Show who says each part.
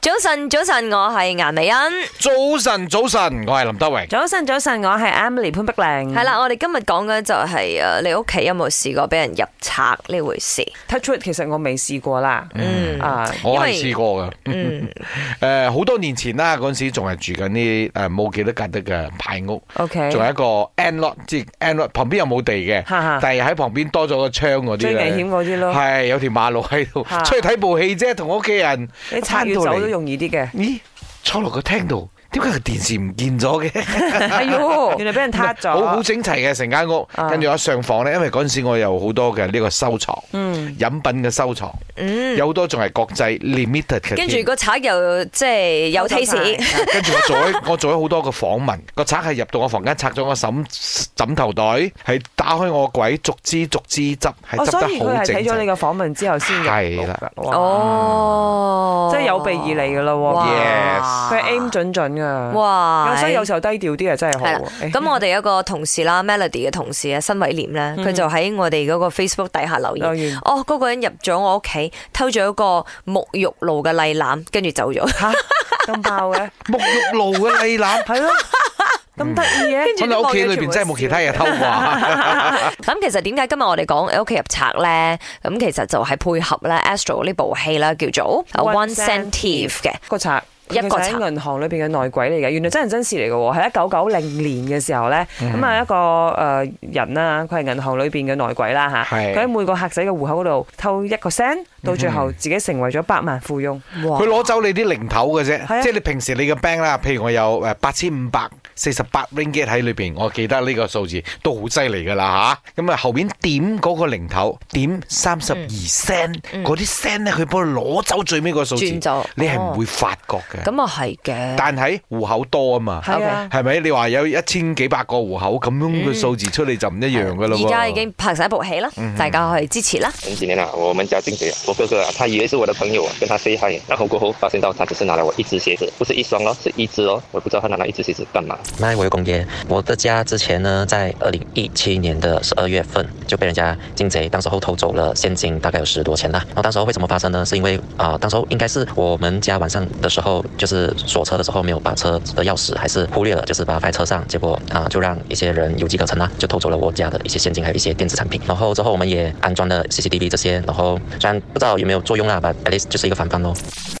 Speaker 1: 早晨，早晨，我係顏美欣。
Speaker 2: 早晨，早晨，我係林德榮。
Speaker 3: 早晨，早晨，我係 Emily 潘碧玲。
Speaker 1: 係啦，我哋今日講嘅就係、诶，你屋企有冇試過俾人入賊呢回事？
Speaker 3: ，touch wood，其實我未試過啦。
Speaker 1: 嗯
Speaker 3: 啊，
Speaker 2: 我係
Speaker 1: 因為
Speaker 2: 試過嘅，
Speaker 1: 嗯
Speaker 2: 诶、好多年前啦，嗰陣時仲係住緊啲诶冇幾多格得嘅排屋，
Speaker 3: ，OK，
Speaker 2: 仲有一個 n lot，即係 n lot 旁邊又冇地嘅，
Speaker 3: 哈哈，
Speaker 2: 但係喺旁邊多咗個窗嗰啲
Speaker 3: 最危險
Speaker 2: 咧，
Speaker 3: 嗰啲咯，
Speaker 2: 係有條馬路喺度，
Speaker 3: 哈
Speaker 2: 出去睇部戲啫，同屋企人，
Speaker 3: 你拆要
Speaker 2: 翻到嚟
Speaker 3: 走都容易啲嘅。
Speaker 2: 咦，坐落個廳度，點解個電視唔見咗嘅？
Speaker 3: 哎呦，原來俾人撻
Speaker 2: 好哦好
Speaker 3: 咗。
Speaker 2: 整齊嘅成間屋，
Speaker 3: 啊
Speaker 2: 跟住我一上房咧，因為嗰陣時我有好多嘅呢個收藏，
Speaker 3: 嗯，
Speaker 2: 飲品嘅收藏，
Speaker 1: 嗯，
Speaker 2: 有好多仲係國際 limited 嘅添。
Speaker 1: 跟住個賊又即係有 taste，
Speaker 2: 跟住我做咗 我做咗好多個訪問，個賊係入到我房間，拆咗我枕枕頭袋，係打開我櫃，逐支逐支執，係執
Speaker 3: 哦，所
Speaker 2: 得
Speaker 3: 以佢
Speaker 2: 好
Speaker 3: 係
Speaker 2: 整
Speaker 3: 睇咗你
Speaker 2: 齊。
Speaker 3: 個訪問之後先入
Speaker 2: 係啦
Speaker 3: 啦。哇，
Speaker 1: 哦，
Speaker 3: 即係有備而嚟噶啦喎。
Speaker 2: Yes
Speaker 3: 佢 aim 準準噶。
Speaker 1: 哇，
Speaker 3: 有所以有時候低調啲啊，真係好
Speaker 1: 係啦
Speaker 3: 喎。哎
Speaker 1: 咁我哋有個同事啦，Melody 嘅同事啊，新偉廉咧，佢就喺我哋嗰個 Facebook 底下留
Speaker 3: 嗯留
Speaker 1: 言，
Speaker 3: 言
Speaker 1: 哦，嗰個人入咗我屋企，偷咗一個沐浴露嘅麗攬，跟住走咗。
Speaker 3: 吓咁爆嘅，
Speaker 2: 沐浴露嘅麗 攬，
Speaker 3: 係咯，咁得意嘅。
Speaker 2: 可能屋企裏邊真係冇其他嘢偷啊 啩。
Speaker 1: 咁其實點解今日我哋講呃喺屋企入賊咧？咁其實就係配合咧 Astro 呢部戲啦，叫做呃
Speaker 3: One
Speaker 1: One Cent Thief 嘅。
Speaker 3: 個賊。
Speaker 1: 一個賊
Speaker 3: 其實喺銀行裏邊嘅內鬼嚟嘅，原來真人真事嚟嘅喎，係一九九零年嘅時候咧，
Speaker 1: 嗯
Speaker 3: 咁啊、一個誒、呃人啦，佢係銀行裏邊嘅內鬼啦吓，
Speaker 2: 係
Speaker 3: 佢喺每個客仔嘅戶口嗰度偷一個 cent，到最後
Speaker 2: 嗯
Speaker 3: 自己成為咗百萬富翁。
Speaker 2: 佢攞走你啲零頭嘅
Speaker 3: 係
Speaker 2: 啫，
Speaker 3: 啊
Speaker 2: 即係你平時你嘅 bank 啦，譬如我有誒八千五百四十八 ringgit 喺裏邊，我記得呢個數字都好犀利㗎啦吓，咁啊後邊點嗰個零頭，點三十二
Speaker 1: 嗯
Speaker 2: cent，嗰啲 cent 咧佢幫佢攞走最尾個數字，
Speaker 1: 轉咗
Speaker 2: 你係唔會發覺嘅。
Speaker 1: 咁啊係嘅，
Speaker 2: 但係户口多啊嘛，
Speaker 3: 係啊
Speaker 2: 係咪？你話有一千幾百個户口，咁樣嘅數字出嚟就唔一樣噶啦喎。
Speaker 1: 嗯而家已經拍晒一部戲啦，大家去支持啦。
Speaker 4: 前几年啊，我们家进水啊，我哥哥啊，他以为是我的朋友啊，跟他 say hi，然后过后发现到他只是拿了我一只鞋子，不是一双哦，是一只哦，我也不知道他拿了一只鞋子干嘛。
Speaker 5: 那我有公爹，我的家之前呢，在二零一七年的十二月份就被人家进贼，当时候偷走了现金大概有十多钱啦。然后当时候为什么发生呢？是因为啊、当时候应该是我们家晚上的时候，就是锁车的时候没有把车的钥匙还是忽略了，就是把它放在车上，结果啊、就让一些人有机可乘啊啦，就偷走了我家的一些现金还有一些电子产品。然后之后我们也安装了 CCTV 这些，然后虽然不知道有没有作用啦，但 at least 哎就是一个防范咯。